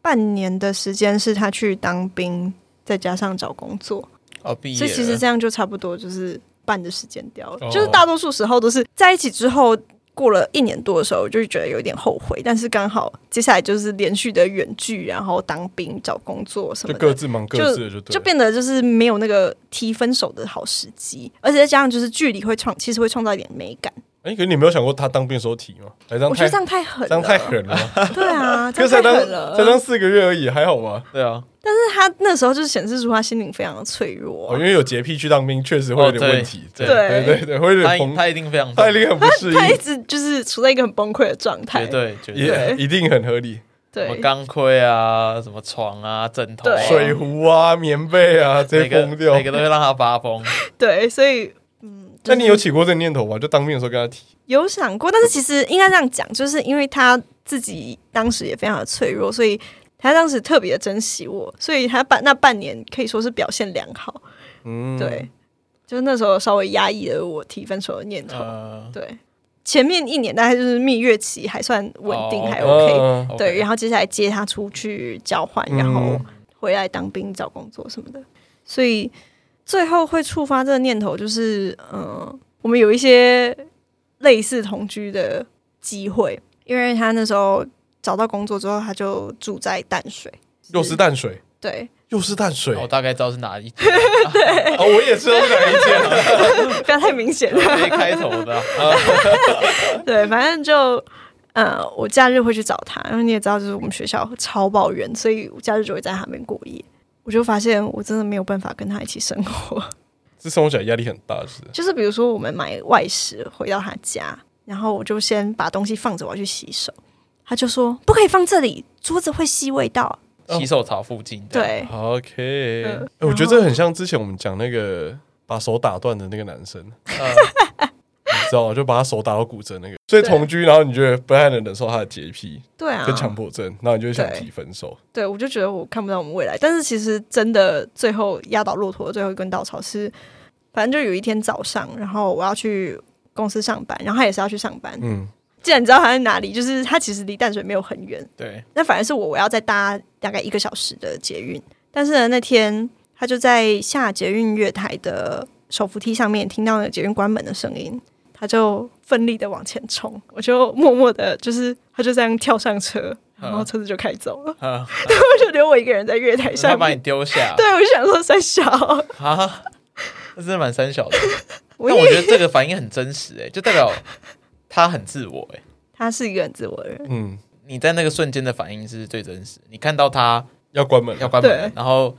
半年的时间是他去当兵，再加上找工作，
哦，毕业
所
了
以其实这样就差不多就是半的时间掉了。
哦
就是大多数时候都是在一起之后，过了一年多的时候，就觉得有点后悔。但是刚好接下来就是连续的远距，然后当兵、找工作什
就
么
各
的。
自忙各
就
自的就对
就
了。
变得就是没有那个提分手的好时机，而且再加上就是距离会创，其实会创造一点美感。
哎、可是你没有想过他当兵的时候提吗？哎，这样
我觉
太
得这样太狠了，
这样太，狠了 吧，
对啊，
可
这
是才
样太
当
狠了。
才当四个月而已，还好吧？
对啊，
但是他那时候就是显示出他心灵非常的脆弱、
哦，因为有洁癖去当兵确实会有点问题，
哦对
对对对，会有
他
点
一
崩，
他一定非常
他
棒
一定很不适
他一
应，
直就是处在一个很崩溃的状态。
绝对绝对，
也
对
一定很合理。
什么
对，
钢盔啊，什么床啊，枕头、啊、
对
水壶啊、棉被啊，直
每
接
个
疯掉
每。个都会让他发 疯。
对，所以嗯，
那
就是
你有起过这个念头吗？就当兵的时候跟他提，
有想过？但是其实应该这样讲，就是因为他自己当时也非常的脆弱，所以他当时特别地珍惜我，所以他半那半年可以说是表现良好。
嗯，
对，，就是那时候稍微压抑了我提分手的念头。
呃
对，前面一年大概就是蜜月期还算稳定，
哦
还 OK。
嗯
，OK
对，然后接下来接他出去交换，
嗯
然后回来当兵找工作什么的，所以最后会触发这个念头，就是嗯、呃我们有一些类似同居的机会，因为他那时候找到工作之后，他就住在淡水，
又是淡水，
对，
又是淡水。
我
哦，
大概知道是哪一集，
我也知道是哪一间
哦
啊。
不要太明显了，
直接开头
哦
的啊、
对，反正就。呃，我假日会去找他，因为你也知道，就是我们学校超抱怨，所以我假日就会在他那边过夜。我就发现我真的没有办法跟他一起生活，
这生活起来压力很大，是不是。
就是比如说我们买外食回到他家，然后我就先把东西放着，我要去洗手。他就说不可以放这里，桌子会吸味道。
洗手槽附近。，
对，
OK，、
嗯
哎我觉得这很像之前我们讲那个把手打断的那个男生， 你
呃，
知道吗？就把他手打到骨折那个。所以
对
同居，然后你觉得不太能忍受他的洁癖
对啊
跟，强迫症，然后你就会想
对
提分手。
对我就觉得我看不到我们未来。但是其实真的最后压倒骆驼的最后一根稻草是，反正就有一天早上，然后我要去公司上班，然后他也是要去上班。
嗯，
既然你知道他在哪里，就是他其实离淡水没有很远，
对，
那反而是我我要再搭大概一个小时的捷运，但是呢，那天他就在下捷运月台的手扶梯上面听到了捷运关门的声音，他就奋力的往前冲，我就默默的，就是他就这样跳上车，然后车子就开走了，
呃、
就留我一个人在月台
他
上
把你
面。
丢下，
对，我就想说三小，
啊，那真的蛮三小的。
我
但我
也
觉得这个反应很真实、欸，就代表他很自我、欸，
他是一个很自我的人，
嗯，
你在那个瞬间的反应是最真实。你看到他
要关门了，
要关门了
对，
然后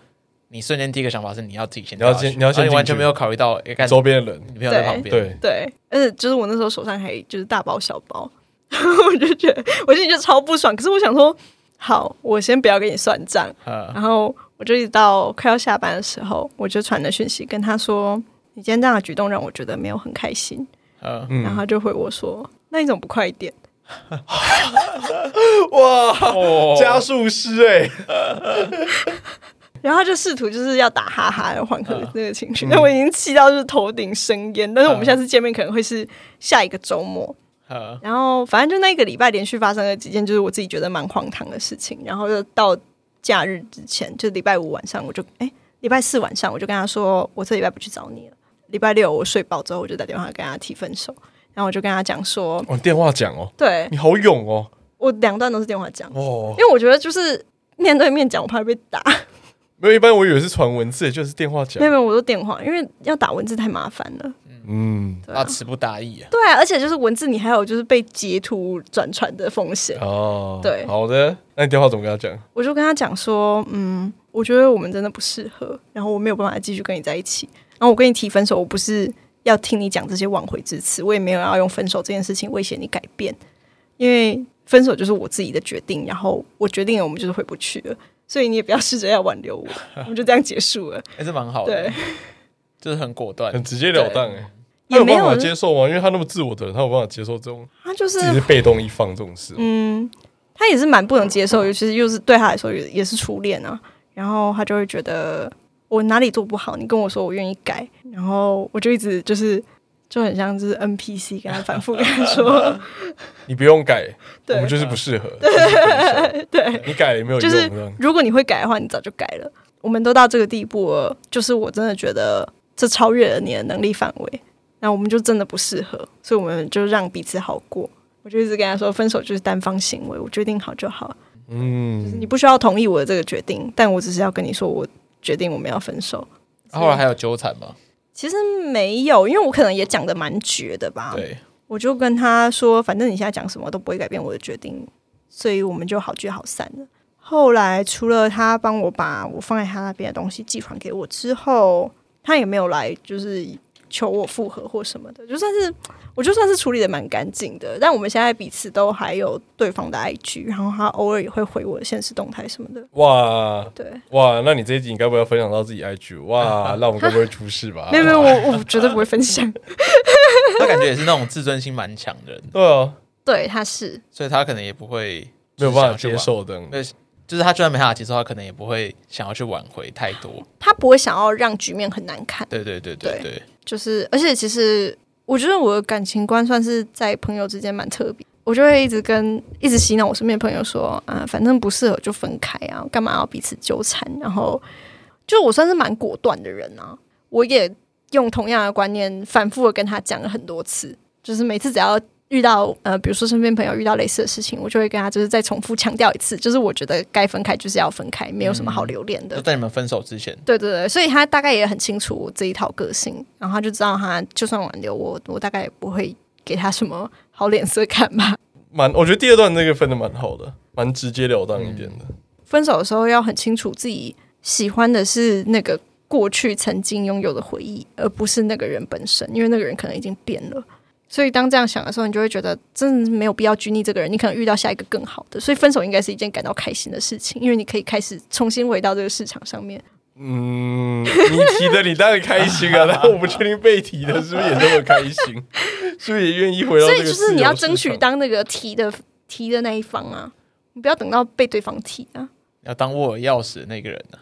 你瞬间第一个想法是你要自己先
你要
跳下
先
去
你要
然
先
后
进
完全
去
没有考虑到，哎、看
周边的人，
女朋友在旁边，
对，
对，而且就是我那时候手上还就是大包小包，我就觉得我心里就超不爽，可是我想说，好，我先不要跟你算账。
呃，
然后我就一直到快要下班的时候，我就传了讯息跟他说：“你今天这样的举动让我觉得没有很开心。
呃，
然后他就回我说：“那你怎么不快一点
哇，
哦
加速师哎，？”
然后他就试图就是要打哈哈来缓和那个情绪，但我已经气到就是头顶生烟。但是我们下次见面可能会是下一个周末。
呃，
然后反正就那一个礼拜连续发生了几件就是我自己觉得蛮荒唐的事情，然后就到假日之前，就礼拜五晚上我就哎，礼拜四晚上我就跟他说我这礼拜不去找你了，礼拜六我睡饱之后我就打电话跟他提分手，然后我就跟他讲说，
哦，电话讲哦，
对
你好勇 哦，
我两段都是电话讲，
哦
因，为我觉得就是面对面讲我怕被打，
没有，一般我以为是传文字，就是电话讲
没有，没有我都电话，因为要打文字太麻烦了，
嗯，
对啊
啊，词不达意啊，
对啊，而且就是文字你还有就是被截图转传的风险，
哦，
对
好的，那你电话怎么跟他讲？
我就跟他讲说，嗯，我觉得我们真的不适合，然后我没有办法继续跟你在一起。然后我跟你提分手，我不是要听你讲这些挽回之词，我也没有要用分手这件事情威胁你改变，因为分手就是我自己的决定，然后我决定了，我们就是回不去了，所以你也不要试着要挽留我，我们就这样结束 了。
还是蛮好的
对，，
就是很果断，
很直截了当哎，他
也
有
没
办
有
法，接受吗？因为他那么自我的人，他有办法接受这种
他就是
自己是被动一方这种事。哦
嗯，他也是蛮不能接受，尤其是又是对他来说也也是初恋啊。然后他就会觉得我哪里做不好，你跟我说我愿意改，然后我就一直就是就很像就是 NPC 跟他反复跟他说，
你不用改，我
对
们就是不适合。就是分手
对，
你改了也没有
就是
用，这样
如果你会改的话，你早就改了。我们都到这个地步了，就是我真的觉得这超越了你的能力范围，那我们就真的不适合，所以我们就让彼此好过。我就一直跟他说，分手就是单方行为，我决定好就好，就是
嗯
你，不需要同意我的这个决定，但我只是要跟你说，我决定我们要分手。
啊后来还有纠缠嘛？
其实没有，因为我可能也讲的蛮绝的吧。
对，
我就跟他说，反正你现在讲什么都不会改变我的决定，所以我们就好聚好散了。后来除了他帮我把我放在他那边的东西寄还给我之后，他也没有来就是求我复合或什么的，就算是我就算是处理的蛮干净的。但我们现在彼此都还有对方的 IG，然后他偶尔也会回我的现实动态什么的。
哇
对，
哇，那你这一集你该不会要分享到自己 IG？哇，那我们该不会出事吧？
没有没有，我我绝对不会分享。
他感觉也是那种自尊心蛮强的人，
对啊，
对，他是
所以他可能也不会
没有办法
就是想
接
要去
受的。
挽，对，就是他就算没办法接受，他可能也不会想要去挽回太多。
他不会想要让局面很难看。
对对对对对，
就是，而且其实我觉得我的感情观算是在朋友之间蛮特别，我就会一直跟一直洗脑我身边的朋友说，啊，反正不适合就分开啊，干嘛要彼此纠缠？然后，就我算是蛮果断的人啊，我也用同样的观念反复的跟他讲了很多次，就是每次只要。遇到呃，比如说身边朋友遇到类似的事情，我就会跟他就是再重复强调一次，就是我觉得该分开就是要分开，没有什么好留恋的。
就在你们分手之前，
对对对，所以他大概也很清楚我这一套个性，然后他就知道他就算挽留我，我大概也不会给他什么好脸色看吧。
蛮，我觉得第二段那个分的蛮好的，蛮直截了当一点的。
分手的时候要很清楚自己喜欢的是那个过去曾经拥有的回忆，而不是那个人本身，因为那个人可能已经变了。所以当这样想的时候，你就会觉得真的没有必要拘泥这个人，你可能遇到下一个更好的。所以分手应该是一件感到开心的事情，因为你可以开始重新回到这个市场上面。
嗯，你提的你当然开心 啊，但我不确定被提的是不是也那么开心， 是不是也愿意回到
所
这
以
个
就
自
是
由
你要
市
争取
场
当那个提的提的那一方啊，你不要等到被对方提啊。
要当握有钥匙的那个人、啊，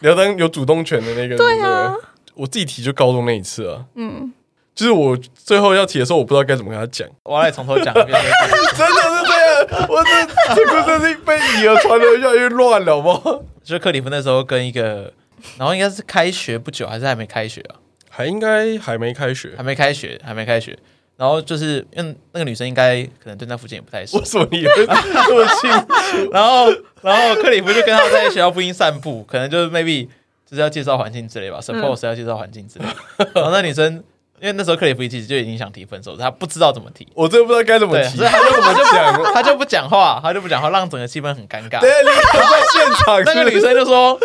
你要当有主动权的那个人。对啊，我自己提就高中那一次啊，嗯，就是我最后要提的时候，我不知道该怎么跟他讲，
我要来从头讲一遍 这个故事。
真的是这样，我这这故事是被以讹传讹，越来越乱了，好不好？
就是克里夫那时候跟一个，然后应该是开学不久，还是还没开学啊？
还应该还没开学
还，没开学，还没开学。然后就是因为那个女生应该可能对那附近也不太熟
为，什么你会这么信？
然后然后克里夫就跟她在学校附近散步，可能就是 maybe 就是要介绍环境之类吧，suppose 要介绍环境之类。然后那女生因为那时候克里夫其实就已经想提分手，她不知道怎么提，
我真的不知道该怎么
对，
提，
所以她就
怎么讲？
她就不讲话，她就不讲话，让整个气氛很尴尬
等。一下你不在现场，
那个
是不
女
是
生就说，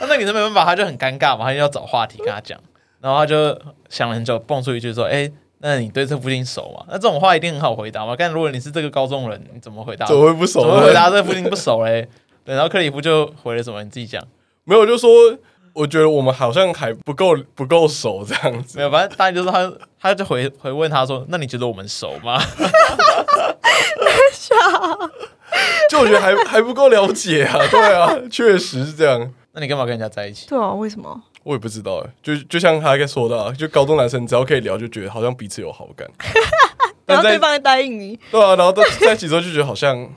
那个女生没办法，她就很尴尬嘛，她就要找话题跟她讲，然后她就想了很久，蹦出一句说：“哎、那你对这附近熟吗？”那这种话一定很好回答嘛。但如果你是这个高中人，你怎么回答？
怎么会不熟
怎
呢？
么回答这附近不熟嘞？ 对，然后克里夫就回了什么？你自己讲。
没有，我就说我觉得我们好像还不够不够熟这样子。
没有，反正大概就是他，他就回回问他说：“那你觉得我们熟吗
就我觉得还还不够了解啊，对啊，确实是这样。？”
那你干嘛跟人家在一起？
对啊，为什么？
我也不知道哎、就就像他刚才说的啊、就高中男生只要可以聊，就觉得好像彼此有好感，
然
但
后
在
对方还答应你，
对啊，然后在在一起之后就觉得好像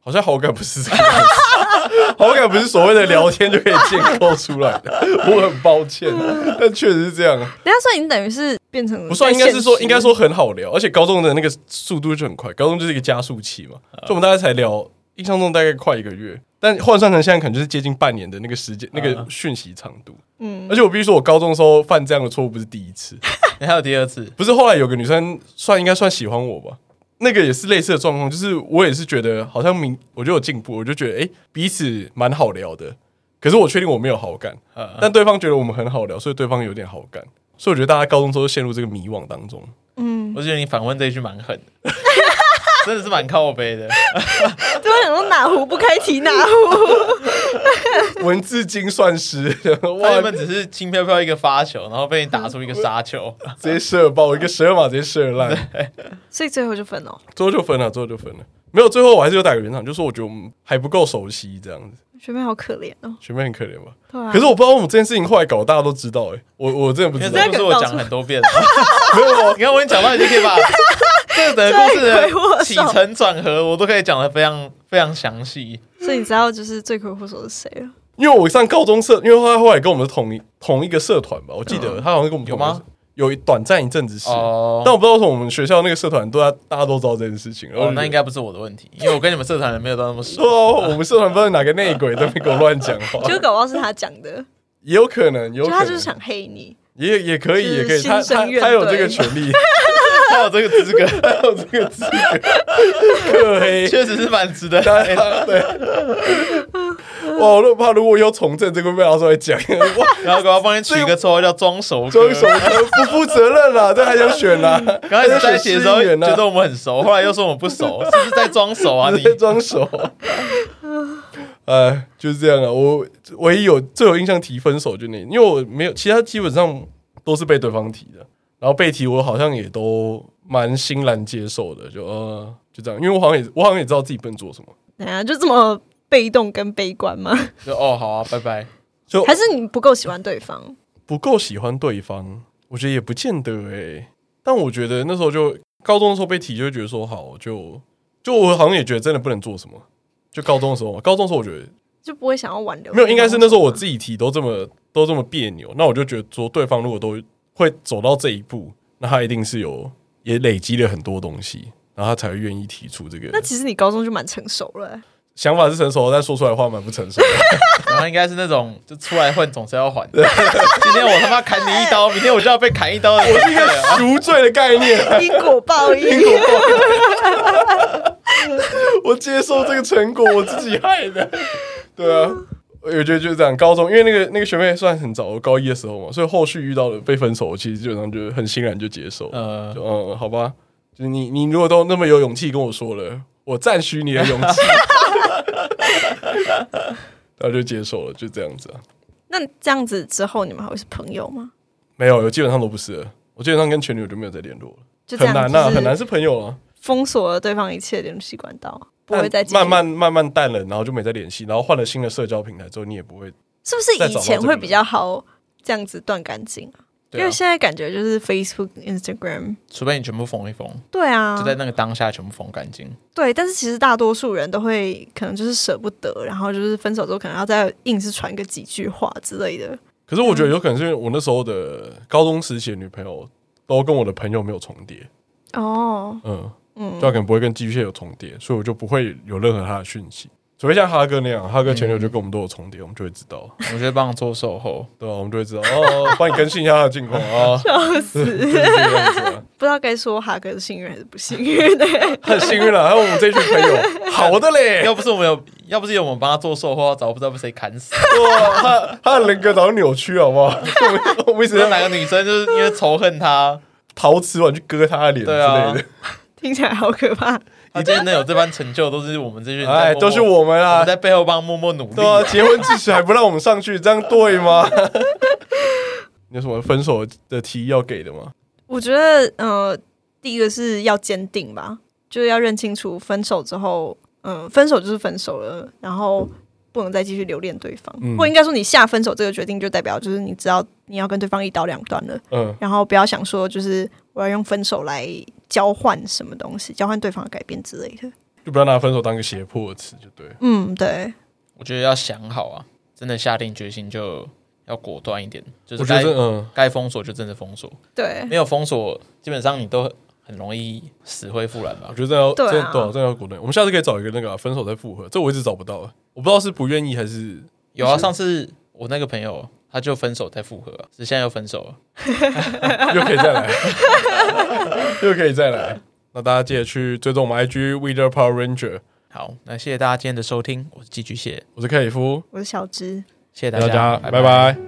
好像好感不是这个样子， 好感不是所谓的聊天就可以建构出来的。我很抱歉，但确实是这样啊。
人家说你等于是变成
不算，应该是说，应该说很好聊，而且高中的那个速度就很快，高中就是一个加速器嘛，所以我们大概才聊，印象中大概快一个月，但换算成现在可能就是接近半年的那个时间，那个讯息长度。嗯，而且我必须说，我高中的时候犯这样的错误不是第一次，
你还有第二次，
不是后来有个女生算应该算喜欢我吧，那个也是类似的状况，就是我也是觉得好像明我就有进步，我就觉得诶彼此蛮好聊的，可是我确定我没有好感，
呃，
但对方觉得我们很好聊，所以对方有点好感，所以我觉得大家高中之后陷入这个迷惘当 中。
我觉得你反问这一句蛮狠的， 真的是蛮靠背的。
对方想说哪壶不开提哪壶，
文字精算师，
他
哇
原，本只是轻飘飘一个发球，然后被你打出一个杀球。
直接射爆一个十二码，直接射烂，
所以最后就分了。哦
最后就分了，最后就分了。没有，最后我还是有打个圆场，就说我觉得我们还不够熟悉这样子，
学妹好可怜哦，
学妹很可怜吧？
对啊。
可是我不知道为什么这件事情后来搞得大家都知道、欸，我我真的不
因
知
为
道
这，
样
故事我讲很多遍了， 没有，你看我已经讲到，你就可以把这个整个故事
罪魁祸
的
首
起承转合，我都可以讲的非常非常详细。
所以你知道就是罪魁祸首是谁了？
因为我上高中社，因为他后来跟我们是同一同一个社团吧，我记得他好像跟我们同
嗯有
一个
吗？
有一短暂一阵子是，
哦
但我不知道为什么我们学校那个社团都在大家都知道这件事情，然后
哦，那应该不是我的问题，因为我跟你们社团人没有到那么熟。
说哦我们社团不知道哪个内鬼在那边给我乱讲话，
就搞不好是他讲的，
也有可能，有
就
可
他
能
就是想黑你，
也也可以，也
就是
可以，他
心
他
生怨
他有这
怼
个权利，他有这个 资格，他有这个资格，可黑。
确实是蛮值得。
他他 对，哇！我都怕如果有从政这个被拿出来讲， 哇，
然后我要帮你取一个绰号叫装熟哥。
装什么不负责任啦，这还想 选啦？
刚开始在一起的时候
还想选市议员啊
觉
啦
得我们很熟，后来又说我们不 熟，是不是在装熟啊？你
在装 熟。哎，就是这样啊。我唯一有最有印象提分手就那，因为我没有其他基本上都是被对方提的，然后被提我好像也都蛮欣然接受的，就呃就这样，因为我好像也我好像也知道自己不能做什么，
对啊，就这么被动跟悲观吗？
就哦好啊，拜拜。
就
还是你不够喜欢对方？
不够喜欢对方，我觉得也不见得哎、但我觉得那时候就高中的时候被提，就会觉得说好就就我好像也觉得真的不能做什么。就高中的时候，高中的时候我觉得
就不会想要挽留？
没有，应该是那时候我自己提都这么都这么别扭，那我就觉得说对方如果都会走到这一步，那他一定是有也累积了很多东西，然后他才会愿意提出这
那
个
其实你高中就蛮成熟了、欸
想法是成熟的，但说出来的话蛮不成熟的。
然后应该是那种就出来混总是要 还。今天我他妈砍你一刀，明天我就要被砍一刀的。我
一个赎罪的概念，
因果报应。
我接受这个成果，我自己害的。 对啊，我觉得就是这样。高中因为那个那个学妹算很早，我高一的时候嘛，所以后续遇到了被分手，我其实基本上就很欣然就接受。
呃
就，嗯，好吧，就是你你如果都那么有勇气跟我说了，我赞许你的勇气， 然后就接受了，就这样子啊。
那这样子之后，你们还会是朋友吗？
没有，我基本上都不是了，我基本上跟前女友就没有再联络了，
就这
很
样
难啊，
就是
很难是朋友啊。
封锁了对方一切联系管道，不
但
会再继续
慢慢慢慢淡了，然后就没再联系，然后换了新的社交平台之后，你也不会
是不是以前会比较好这样子断干净啊？因
对啊
为，现在感觉就是 Facebook、Instagram，
除非你全部封一封，
对啊
就，在那个当下全部封干净。
对。但是其实大多数人都会可能就是舍不得，然后就是分手之后可能要再硬是传个几句话之类的。
可是我
嗯
觉得有可能是因为我那时候的高中时期的女朋友都跟我的朋友没有重叠，
哦，
嗯嗯，就她可能不会跟巨蟹有重叠，所以我就不会有任何她的讯息，除非像哈哥那样，哈哥前女友就跟我们都有重叠，我们就会知道，
我觉得帮我做售后，
对吧、我们就会知道哦，帮你更新一下她的近况啊，
笑死，
就是这个样子啊。
不知道该说哈哥是幸运还是不幸运 的。
很幸运了，还有我们这群朋友，好的嘞，
要不是我们有，要不是有我们帮他做售后，早不知道被谁砍死。
哇，他他的人格早就扭曲了好不好？我们我们一
只
直
是
在
哪个女生 就是因为仇恨 他，
陶瓷碗去割他的脸之
对啊
类的，
听起来好可怕。
他今天能有这番成就，都是我们这群人在默默，
哎，都是我们
我
啊
们，在背后帮默默努力
对。啊，结婚致辞还不让我们上去，这样对吗？你有什么分手的提议要给的吗？
我觉得，呃，第一个是要坚定吧，就是要认清楚分手之后，嗯、分手就是分手了，然后不能再继续留恋对方，
嗯
或应该说你下分手这个决定，就代表就是你知道你要跟对方一刀两断了，
嗯，
然后不要想说就是我要用分手来交换什么东西，交换对方的改变之类的。
就不要拿分手当个胁迫词，就对。
嗯，对，
我觉得要想好啊，真的下定决心就要果断一点，就
我
是
觉
该
得这，嗯，
该封锁就真的封锁，
对，
没有封锁，基本上你都很容易死灰复燃吧
我。觉得这要
对啊
这对啊，这要果断。我们下次可以找一个那个啊分手再复合，这我一直找不到，我不知道是不愿意还是
有啊，上次我那个朋友他就分手再复合啊，只是现在又分手了。
又可以再来， 又可以再来。那大家记得去追踪我们 IG Weather Power Ranger，
好，那谢谢大家今天的收听，我是寄居蟹，
我是克里夫，
我是小芝。
谢谢大
大家，
家，
拜拜